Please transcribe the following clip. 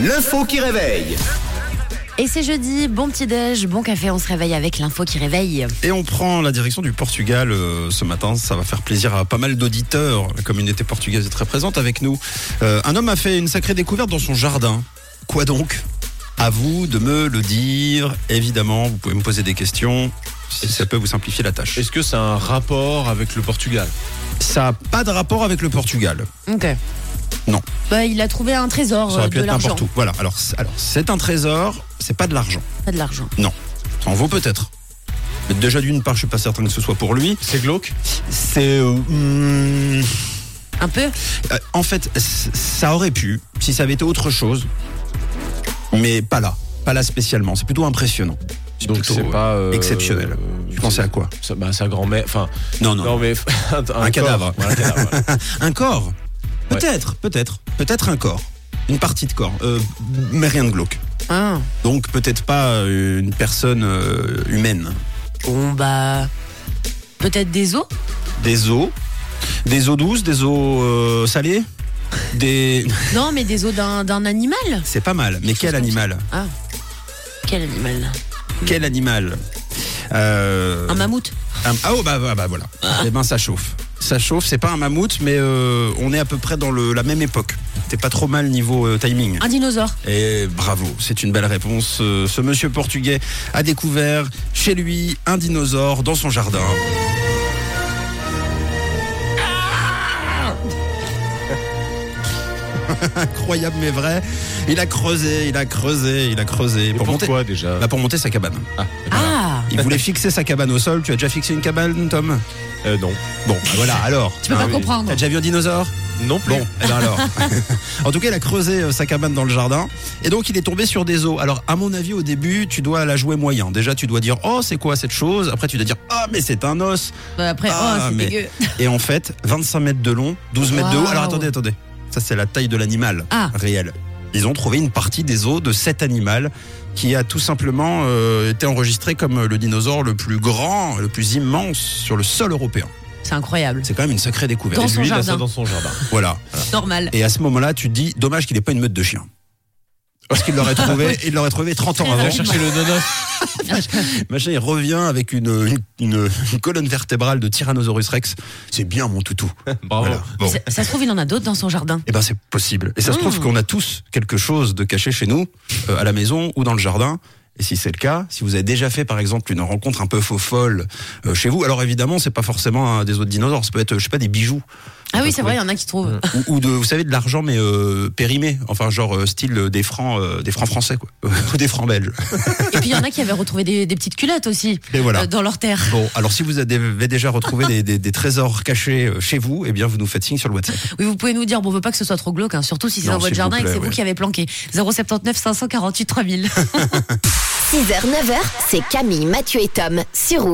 L'info qui réveille. Et c'est jeudi, bon petit-déj, bon café, on se réveille avec l'info qui réveille. Et on prend la direction du Portugal euh, ce matin. Ça va faire plaisir à pas mal d'auditeurs. La communauté portugaise est très présente avec nous. Euh, un homme a fait une sacrée découverte dans son jardin. Quoi donc À vous de me le dire. Évidemment, vous pouvez me poser des questions. Si ça peut vous simplifier la tâche. Est-ce que c'est un rapport avec le Portugal Ça n'a pas de rapport avec le Portugal. Ok. Non. Bah, il a trouvé un trésor Ça euh, aurait pu de être l'argent. n'importe où. Voilà. Alors, c'est- alors c'est un trésor. C'est pas de l'argent. Pas de l'argent. Non. Ça en vaut peut-être. Mais déjà d'une part, je suis pas certain que ce soit pour lui. C'est glauque C'est euh, hmm, Un peu Euh, en fait, c- ça aurait pu, si ça avait été autre chose, mais pas là. Pas là spécialement. C'est plutôt impressionnant. Donc plutôt, c'est euh, pas. euh, exceptionnel. euh, Tu pensais à quoi sa- bah, Sa grand-mère. Enfin. Non, non. Non, mais. un, corps. cadavre. Voilà, un cadavre, voilà. Un corps Peut-être, peut-être. Peut-être un corps. Une partie de corps. Euh, mais rien de glauque. Hein Donc peut-être pas une personne euh, humaine. Bon, bah. Peut-être des os Des eaux. Des eaux douces, des eaux euh, salées Des. Non, mais des os d'un d'un animal C'est pas mal. Mais quel comme ça. animal Ah. Quel animal Quel animal Euh, Un mammouth Un- ah oh bah, bah, bah, voilà. Eh ben ça chauffe. Ça chauffe, c'est pas un mammouth, mais euh, on est à peu près dans le- la même époque. T'es pas trop mal niveau euh, timing. Un dinosaure Et bravo, c'est une belle réponse. Euh, ce monsieur portugais a découvert chez lui un dinosaure dans son jardin. Ah Incroyable mais vrai. Il a creusé, il a creusé, il a creusé. Pour monter, Pourquoi déjà bah, pour monter sa cabane. Ah Eh ben, Il voulait fixer sa cabane au sol. Tu as déjà fixé une cabane, Tom Euh, Non. Bon, bah voilà, alors. Tu peux pas oui. comprendre. T'as déjà vu un dinosaure Non plus. Bon, eh ben alors. en tout cas, il a creusé euh, sa cabane dans le jardin. Et donc, il est tombé sur des os. Alors, à mon avis, au début, tu dois la jouer moyen. Déjà, tu dois dire Oh, c'est quoi cette chose Après, tu dois dire Ah, mais c'est un os. Bah, Après, Ah, oh, c'est mais- dégueu. Et en fait, 25 mètres de long, 12 mètres de haut. Alors, Waouh. attendez, attendez. Ça, c'est la taille de l'animal Ah. réel. Ils ont trouvé une partie des os de cet animal qui a tout simplement euh, été enregistré comme le dinosaure le plus grand, le plus immense sur le sol européen. C'est incroyable. C'est quand même une sacrée découverte. Dans Et son lui, il a jardin. ça dans son jardin. Voilà. Normal. Et à ce moment-là, tu te dis, dommage qu'il n'ait pas une meute de chiens. Parce qu'il l'aurait trouvé, il l'aurait trouvé 30 ans Très Il avant. a cherché le nonos. Machin, il revient avec une, une, une- une colonne vertébrale de Tyrannosaurus Rex. C'est bien, mon toutou. Bravo. Voilà. Bon. Ça- Ça se trouve, il en a d'autres dans son jardin. Eh ben, c'est possible. Et ça se trouve Mmh. qu'on a tous quelque chose de caché chez nous, euh, à la maison ou dans le jardin. Et si c'est le cas, si vous avez déjà fait par exemple une rencontre un peu faux-folle euh, chez vous, alors évidemment, c'est pas forcément hein, des autres dinosaures, ça peut être, je sais pas, des bijoux. Ah oui, c'est trouvé. vrai, il y en a qui se trouvent. ou, ou de, vous savez, de l'argent mais euh, périmé, enfin genre euh, style euh, des francs, euh, des francs français quoi, ou des francs belges. Et puis il y en a qui avaient retrouvé des, des petites culottes aussi Et voilà. euh, dans leur terre. Bon, alors si vous avez déjà retrouvé des, des- des trésors cachés euh, chez vous, eh bien vous nous faites signe sur le WhatsApp. Oui, vous pouvez nous dire, bon, on veut pas que ce soit trop glauque, hein, surtout si c'est Non, dans votre s'il vous jardin et que plaît, c'est vous ouais. qui avez planqué. 079 548 3000. 6h, 9h, c'est Camille, Mathieu et Tom sur Rouge.